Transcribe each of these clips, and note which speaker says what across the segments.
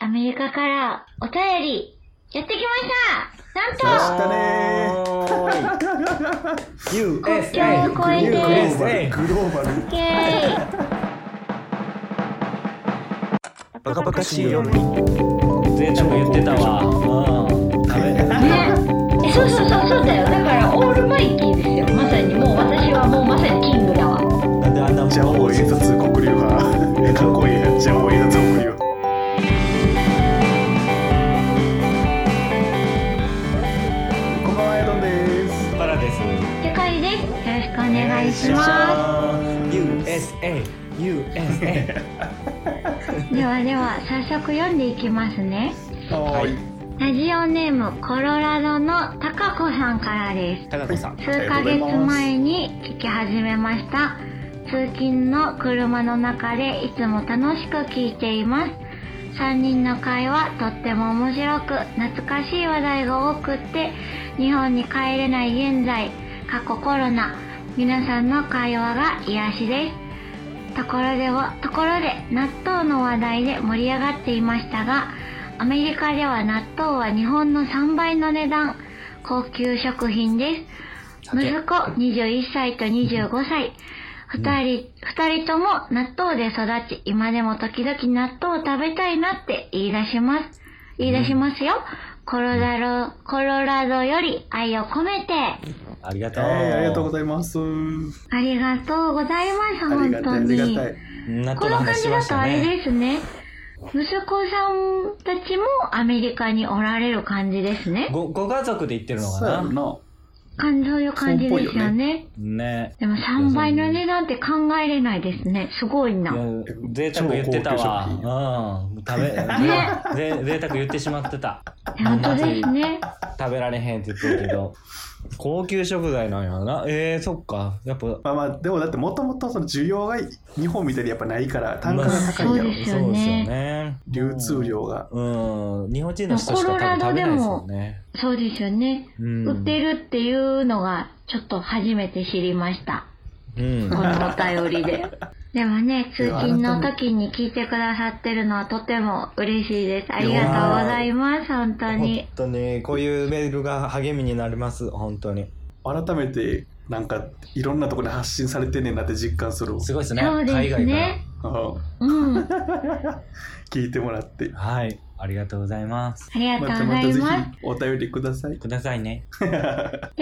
Speaker 1: アメリカからお便り、やってきました
Speaker 2: 来
Speaker 1: なんと
Speaker 2: ましたね
Speaker 1: 国境を越
Speaker 2: グロ
Speaker 1: え
Speaker 2: ー
Speaker 1: て、
Speaker 2: バル
Speaker 3: USA
Speaker 2: グローバル
Speaker 1: イェーイ
Speaker 3: バカバカしいよ前回も言ってたわうんダメ
Speaker 1: ね、えそうそうそうそうだよだからオールマイティーですよまさにもう私はもうまさにキングだわ
Speaker 3: なんであんなもん
Speaker 2: ジャオ印刷黒竜派かっこいいねジャオ印刷黒竜派こんばんはエドンです
Speaker 3: パラです
Speaker 1: ゆかりですよろしくお願いし
Speaker 3: お
Speaker 1: ま
Speaker 3: 願いします USA USA
Speaker 1: すではでは早速読んでいきますね
Speaker 2: は
Speaker 3: はい
Speaker 1: ラジオネームコロラドのたかこさんからです
Speaker 3: 高子さん
Speaker 1: 数ヶ月前に聞き始めました通勤の車の中でいつも楽しく聞いています3人の会話とっても面白く懐かしい話題が多くって日本に帰れない現在過去コロナ皆さんの会話が癒しですところではところで納豆の話題で盛り上がっていましたがアメリカでは納豆は日本の3倍の値段高級食品です
Speaker 3: 高い
Speaker 1: 息子21歳と25歳二人、二人とも納豆で育ち、今でも時々納豆を食べたいなって言い出します。言い出しますよ。コロラド、コロラドより愛を込めて。
Speaker 3: ありがとう
Speaker 2: はいありがとうございます
Speaker 1: ありがとうございます、
Speaker 2: あ
Speaker 1: 本
Speaker 2: りがたい
Speaker 1: 当
Speaker 2: あり
Speaker 1: に
Speaker 2: がた。い
Speaker 3: 納
Speaker 1: こ
Speaker 3: 豆の
Speaker 1: の感
Speaker 3: 話
Speaker 1: じ
Speaker 3: しま
Speaker 1: だ
Speaker 3: し
Speaker 1: と
Speaker 3: た
Speaker 1: あれ
Speaker 3: ね
Speaker 1: ですね。息子さんたちもアメリカにおられる感じですね。
Speaker 3: ごご家族で行ってるの
Speaker 2: そう
Speaker 3: か
Speaker 2: や
Speaker 3: な
Speaker 2: な
Speaker 1: 感そういう感じです
Speaker 2: そうっぽい
Speaker 1: よ
Speaker 2: よ
Speaker 1: ね。
Speaker 3: ね
Speaker 1: でも3倍の値段って考えれないですね。すごいな。
Speaker 3: うん贅沢言ってたわうん食べ
Speaker 1: ね
Speaker 3: ぜ贅沢言ってしまってた
Speaker 1: 本当ですね。
Speaker 3: 食べられへんって言ってるけど高級食材なんやなえー、そっかやっぱ
Speaker 2: まあまあでもだってもともとその需要が日本みたいにやっぱないから単価が高いんやろ
Speaker 1: まあそうですよ
Speaker 3: ね
Speaker 2: 流通量が
Speaker 3: うん日本人の人しか多分食べないですよね
Speaker 1: そうですよね。
Speaker 3: うん
Speaker 1: 売ってるっていうのが、ちょっと初めて知りました。
Speaker 3: うん
Speaker 1: このお便り で。でもね、通勤の時に聞いてくださってるのはとても嬉しいです。ありがとうございます、本当
Speaker 3: 本
Speaker 1: に。
Speaker 3: 当にこういうメールが励みになります本当に
Speaker 2: 改めてなんかいろんなところで発信されてんねんなって実感する
Speaker 3: すごいですね
Speaker 1: そうです
Speaker 3: 海外
Speaker 1: ね。
Speaker 2: う
Speaker 1: う
Speaker 2: ん
Speaker 1: ん。あ
Speaker 2: 聞いてもらって
Speaker 3: からはいありがとうございます
Speaker 1: りがとうござい
Speaker 2: ぜ
Speaker 1: ます。
Speaker 2: ひお便りください
Speaker 3: くださいね
Speaker 1: で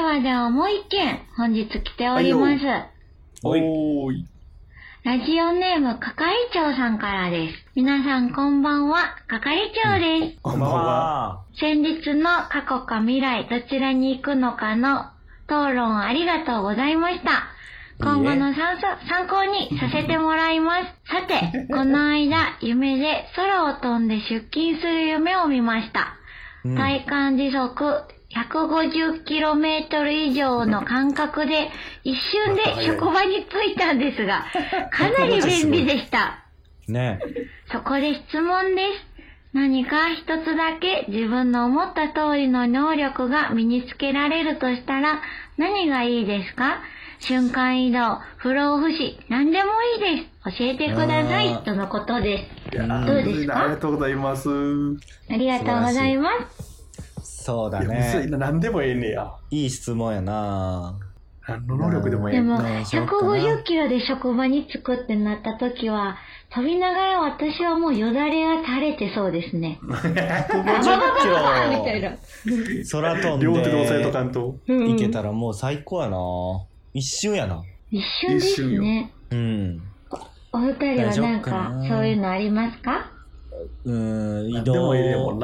Speaker 1: はでは、もう一件、本日来ております。
Speaker 3: おい
Speaker 2: おーい
Speaker 1: ラジオネーム、係長さんからです。皆さんこんばんは、係長です。
Speaker 2: こんばんは
Speaker 1: 先日の過去か未来どちらに行くのかの討論ありがとうございました。今後の参参考にさせてもらいます。さて、 この間夢で空を飛んで出勤する夢を見ました。
Speaker 3: うん
Speaker 1: 体感時速 150km 以上の感覚で一瞬で職場に着いたんです が、かなり便利でした。
Speaker 3: ね
Speaker 1: そこで質問です。何か一つだけ自分の思った通りの能力が身につけられるとしたら何がいいですか瞬間移動、不老不死、何でもいいです。教えてくださ
Speaker 3: あー
Speaker 1: い。とのことです。
Speaker 2: いや
Speaker 3: うん
Speaker 2: ー
Speaker 1: どうですか
Speaker 2: ありがとうございます
Speaker 1: ありがとうございます。
Speaker 3: そうだ
Speaker 2: いやむずい
Speaker 3: ね
Speaker 2: な何でもええねや
Speaker 3: いい質問やな
Speaker 2: 何の能力でもええ
Speaker 1: でも、
Speaker 3: ねそうかな
Speaker 1: 150キロで職場に着くってなった時は、飛びながら私はもうよだれが垂れてそうですね。ババババババみた いな。
Speaker 3: 空飛んで
Speaker 2: 両手で押さえとかんと
Speaker 1: うん
Speaker 3: いけたらもう最高やな一瞬やな
Speaker 1: 一瞬です
Speaker 2: 一瞬
Speaker 1: ね。
Speaker 3: うん
Speaker 1: お二人はなん
Speaker 3: 大丈
Speaker 1: か
Speaker 3: 夫かな
Speaker 1: そういうのありますか
Speaker 3: うん移
Speaker 2: 何
Speaker 3: 動
Speaker 2: でもええもん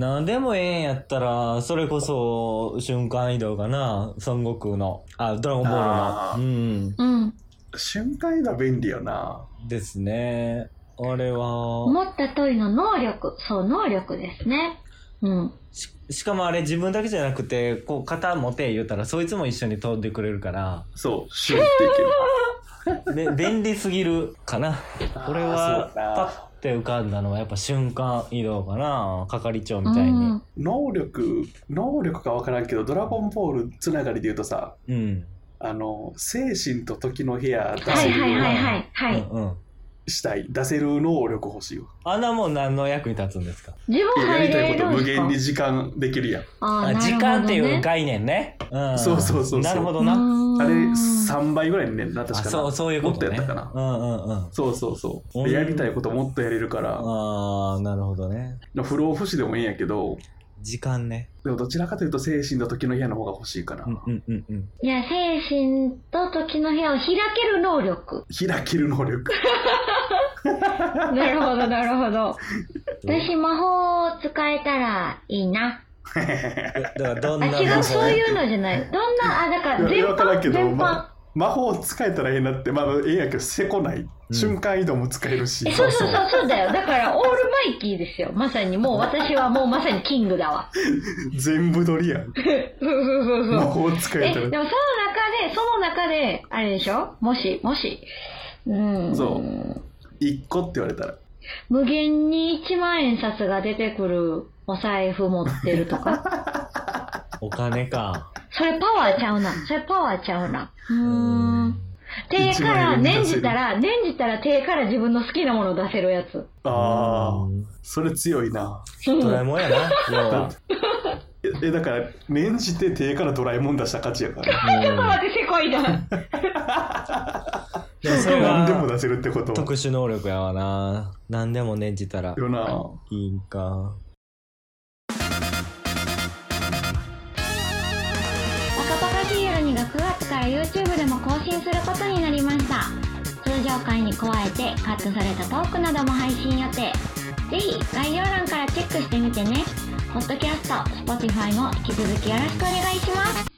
Speaker 2: な
Speaker 3: 何でもええんやったらそれこそ瞬間移動かな孫悟空のあドラゴンボ
Speaker 2: あ
Speaker 3: ール
Speaker 2: ー
Speaker 3: のうん
Speaker 1: うん。
Speaker 2: 瞬間移動は便利よな
Speaker 3: ですね俺は
Speaker 1: 思った通りの能力。そう、能力ですね。うん。
Speaker 3: ししかもあれ自分だけじゃなくてこう肩持て言うたらそいつも一緒に飛んでくれるから
Speaker 2: そうシュンっていける
Speaker 3: で 便利すぎるか な
Speaker 2: あー
Speaker 3: 俺
Speaker 2: そ
Speaker 3: は
Speaker 2: うだな
Speaker 3: パッて浮かんだのはやっぱ瞬間移動かな係長みたい
Speaker 1: うん
Speaker 3: に
Speaker 2: 能力能力か分からんけど「ドラゴンボール」つながりで言うとさ
Speaker 3: うん
Speaker 2: あの精神と時の部屋出
Speaker 1: は
Speaker 2: せ
Speaker 1: い
Speaker 2: る
Speaker 1: はいはいはい。はい。
Speaker 3: うんうん
Speaker 2: したい出せる能力欲しいわ
Speaker 3: あんなもん何の役に立つんですか
Speaker 1: 自分
Speaker 2: や
Speaker 1: 入
Speaker 2: りた
Speaker 1: れ
Speaker 2: いこ
Speaker 1: る
Speaker 2: と
Speaker 1: んで
Speaker 2: 無
Speaker 1: すか
Speaker 2: 限に時間できるやん
Speaker 1: あ
Speaker 3: あ
Speaker 1: ー
Speaker 3: 時間っていう
Speaker 1: なる
Speaker 3: 概念ね。うん
Speaker 2: そうそうそうそう
Speaker 3: なるほ
Speaker 1: ほ
Speaker 3: ど
Speaker 1: どね
Speaker 3: な。
Speaker 1: うーん
Speaker 2: あれ3倍ぐらいにねな
Speaker 3: あ
Speaker 2: 確かな
Speaker 3: そうそういうことね。
Speaker 2: もっとやったかな
Speaker 3: うんうんうん。
Speaker 2: そうそうそう
Speaker 3: うん
Speaker 2: でやりたいこともっとやれるから
Speaker 3: ああ、なるほどね。
Speaker 2: 不老不死でもいいんやけど
Speaker 3: 時間ね。
Speaker 2: でもどちらかというと精神と時の部屋の方が欲しいかな、
Speaker 3: うんうんうんうん。
Speaker 1: いや、精神と時の部屋を開ける能力。
Speaker 2: 開ける能力
Speaker 1: なるほど、なるほど。私、魔法を使えたらいいな。
Speaker 3: だだからど
Speaker 1: あ、
Speaker 3: んな
Speaker 1: 違う、そういうのじゃない。どんな、あ、だから、
Speaker 2: い
Speaker 1: 全
Speaker 2: やわからん
Speaker 1: 般、
Speaker 2: け
Speaker 1: 全般。
Speaker 2: どま魔法使えたらええなってまあええやけどせこない、
Speaker 3: ん
Speaker 2: 瞬間移動も使えるし
Speaker 1: え、そうそうそう、そうだよ。だから、オールマイキーですよ。まさに、もう私はもうまさにキングだ わ。
Speaker 2: 全部取りや
Speaker 1: ふ
Speaker 2: ん
Speaker 1: ふふふ
Speaker 2: 魔。法使
Speaker 1: え、で
Speaker 2: えた
Speaker 1: もその
Speaker 2: ら
Speaker 1: 中で、その中で、あれでしょもし、もし。うん。
Speaker 2: そ1個って言われたら
Speaker 1: 無限に1万円札が出てくるお財布持ってるとか。
Speaker 3: お金か。
Speaker 1: それパワーちゃうな。それパワーちゃうな。うーん。手か
Speaker 2: 1万
Speaker 1: ら、
Speaker 2: 円出せる
Speaker 1: 念じたら、念じたら手から自分の好きなものを出せるやつ。
Speaker 2: あ
Speaker 3: うん
Speaker 2: あそれ強いな
Speaker 1: うん
Speaker 3: ドラえもんやな。要は。
Speaker 2: ええだから念じて手からドラえもん出した勝ちやから
Speaker 1: ちょっと待って、せこいな。
Speaker 3: でもそれ
Speaker 2: 何でも
Speaker 3: は
Speaker 2: 出せるってこと
Speaker 3: 特殊能力やわな。何でも念じたら
Speaker 2: よない
Speaker 3: いんか。
Speaker 1: パカパカヒーローにが9月から YouTube でも更新することになりました通常回に加えてカットされたトークなども配信予定ぜひ概要欄からチェックしてみてねポッドキャスト Spotify も引き続きよろしくお願いします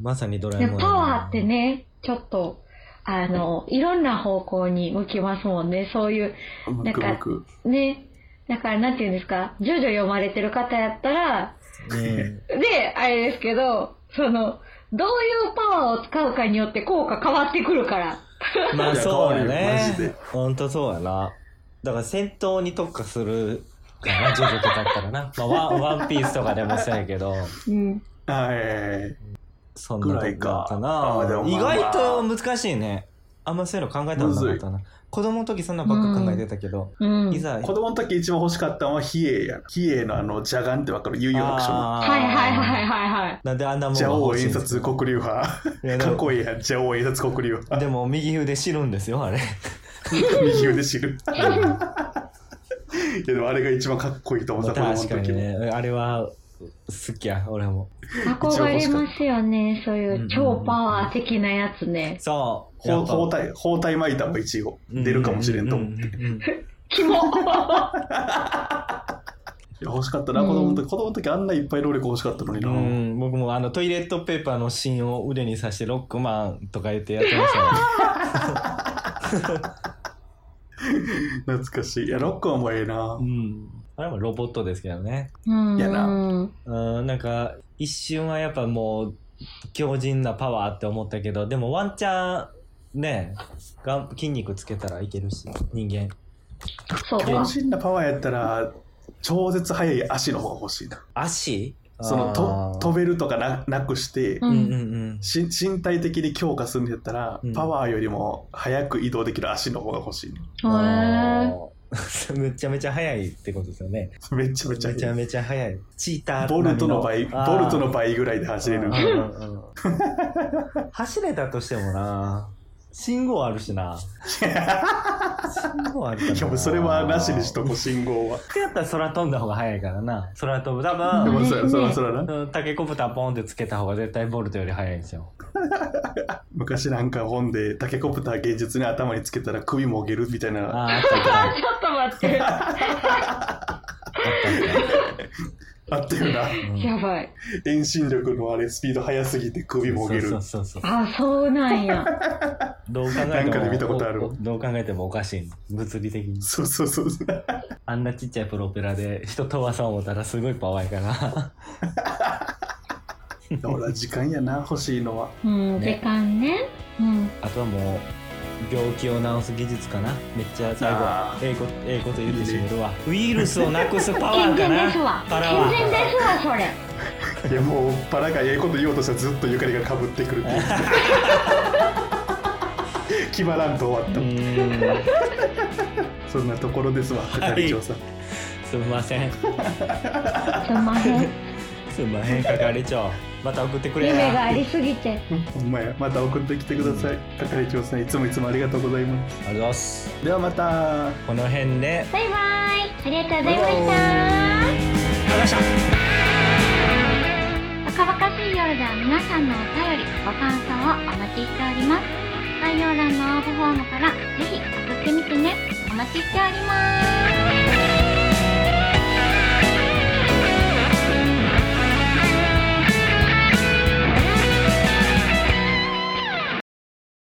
Speaker 3: まさにドラえ
Speaker 1: で
Speaker 3: もん
Speaker 1: パ
Speaker 3: やな
Speaker 1: ワーってねちょっとあのいろんな方向に向きますもんねそういう
Speaker 2: うまくうまく
Speaker 1: ねだからなんて言うんですか徐々読まれてる方やったら
Speaker 3: うん
Speaker 1: で、あれですけど、その、どういうパワーを使うかによって効果変わってくるから。
Speaker 3: まあ
Speaker 2: いや
Speaker 3: そう
Speaker 2: 変わる
Speaker 3: や
Speaker 2: よマジ
Speaker 3: ね
Speaker 2: で。
Speaker 3: ほんとそうやな。だから戦闘に特化するかな、ジョジョとかやったらな。まあワン、ワンピースとかでもそうやけ
Speaker 1: う
Speaker 3: ど、
Speaker 1: ん。
Speaker 2: はい
Speaker 3: そんなとこ
Speaker 2: ぐらいかあ
Speaker 3: か
Speaker 2: ーで
Speaker 3: な
Speaker 2: も。
Speaker 3: 意
Speaker 2: まあ
Speaker 3: 外と難しいね。あんまそういうの考えたことなかったな。子供の時そんなばっか考えてたけど、
Speaker 1: うん。
Speaker 3: いざ。
Speaker 2: 子供の時一番欲しかったのは比叡やな比叡のあのジャガンってわかる幽遊白書の
Speaker 3: あー
Speaker 1: はいはいはいはいはい。
Speaker 3: なんであんなもん
Speaker 2: 蛇
Speaker 3: が
Speaker 2: 王
Speaker 3: 欲しいん
Speaker 2: 印
Speaker 3: です
Speaker 2: 刷
Speaker 3: か
Speaker 2: 黒竜派
Speaker 3: いやで
Speaker 2: か
Speaker 3: も
Speaker 2: っこいいやん蛇王印刷黒竜派
Speaker 3: でも右腕死ぬんで すよ、あれ。
Speaker 2: 右腕知るいやでもあれが一番かっこいいと思っ
Speaker 3: ま
Speaker 2: た
Speaker 3: あ
Speaker 2: 子供の
Speaker 3: 確か
Speaker 2: 時
Speaker 3: に
Speaker 2: も
Speaker 3: ね。あれは好きや、俺も。
Speaker 1: 憧れますよね、そういう超パワー的なやつね。
Speaker 3: そう。
Speaker 2: ほ包帯包帯巻いたも一応出るかもしれんと思って、
Speaker 3: て。うんうんうん
Speaker 1: キモ
Speaker 2: いや欲しかったな
Speaker 1: うん
Speaker 2: 子供の時、子供の時あんないっぱい能力欲しかったのにな、
Speaker 3: うん、僕もあのトイレットペーパーの芯を腕に刺してロックマンとか言ってやってましたよ
Speaker 2: 懐かしいいやロックはもうええな、
Speaker 3: うん、あれもロボットですけどね。
Speaker 1: うん。
Speaker 2: やな
Speaker 3: うん、なんか一瞬はやっぱもう強靭なパワーって思ったけど、でもワンチャンね、がん筋肉つけたらいけるし、人間。
Speaker 1: そう
Speaker 2: 強
Speaker 1: か。
Speaker 2: 靭なパワーやったら超絶速い足の方が欲しいな
Speaker 3: 足
Speaker 2: そのと飛
Speaker 3: べ。
Speaker 2: べるとかななくして、
Speaker 1: う
Speaker 3: う
Speaker 1: ん
Speaker 3: んうんうん。
Speaker 2: し身体的に強化するんやったら、
Speaker 3: うん
Speaker 2: パワーよりも早く移動できる足の方が欲しいね、
Speaker 1: へー
Speaker 3: あー めちゃめちゃ速いってことですよね。
Speaker 2: めちゃめ
Speaker 3: め
Speaker 2: ちゃ
Speaker 3: ちゃめちゃ速い。チーター
Speaker 2: ボルトの倍
Speaker 3: 並み
Speaker 2: ボルトの倍ぐらいで走れる
Speaker 3: うんうんうん走れたとしてもな信号あるし な信号あるからな
Speaker 2: でもうそれはなしにしとこ信号は
Speaker 3: ってやったら空飛んだ方が早いからな空飛ぶ多
Speaker 2: で
Speaker 1: う
Speaker 2: も
Speaker 1: ん
Speaker 2: そら
Speaker 3: 分
Speaker 2: そらそら
Speaker 3: う
Speaker 2: なん
Speaker 3: タケコプターポンってつけた方が絶対ボルトより早いんですよ
Speaker 2: 昔なんか本でタケコプター現実に頭につけたら首もげるみたいなあ
Speaker 3: あーあったあったあ
Speaker 1: あ、ちょっと待って。
Speaker 3: った
Speaker 2: ったよな
Speaker 3: うん
Speaker 1: やばい。
Speaker 2: 遠心力のあれスピード速すぎて首もげる
Speaker 3: そうそうそうそう
Speaker 1: あ、そうなんや。
Speaker 3: どう考えても
Speaker 2: なんかで見たことある
Speaker 3: おおどう考えてもおかしい物理的に
Speaker 2: そうそうそうそう
Speaker 3: あんなちっちゃいプロペラで人飛ばそう思ったらすごいパワーやから
Speaker 2: ほら時間やな欲しいのは
Speaker 1: うん、
Speaker 3: ね
Speaker 1: 時間ね。うん。
Speaker 3: あとはもう病気を治す技術かなめっちゃ最後
Speaker 2: あー
Speaker 3: 英語英語と言ってしまうわウイルスをなくすパワ
Speaker 1: 健
Speaker 3: ーか
Speaker 1: 全です
Speaker 3: な
Speaker 1: わ
Speaker 3: パ
Speaker 1: 健
Speaker 3: ラは
Speaker 1: 全ですわそれ
Speaker 2: いやもうパラがええこと言おうとしたらずっとゆかりがかぶってくるっていう 決まらんと終わっ
Speaker 3: う
Speaker 2: た、
Speaker 3: ーん
Speaker 2: そんなところですわ係長さん、
Speaker 3: すみません
Speaker 1: すん ません
Speaker 3: すみません係長また送ってくれ
Speaker 1: 夢が
Speaker 3: な
Speaker 1: ありすぎて
Speaker 2: うんほんまやまた送ってきてください係長さんいつもいつもありがとうございます
Speaker 3: ありがとうございます
Speaker 2: ではまた
Speaker 3: この辺で
Speaker 1: バイバイありがとうございました
Speaker 3: ありがとうございました
Speaker 1: バカバカしい夜では皆さんのお便り、ご感想をお待ちしております。概要欄の応募フォームからぜひ送ってみてね。お待ちしております。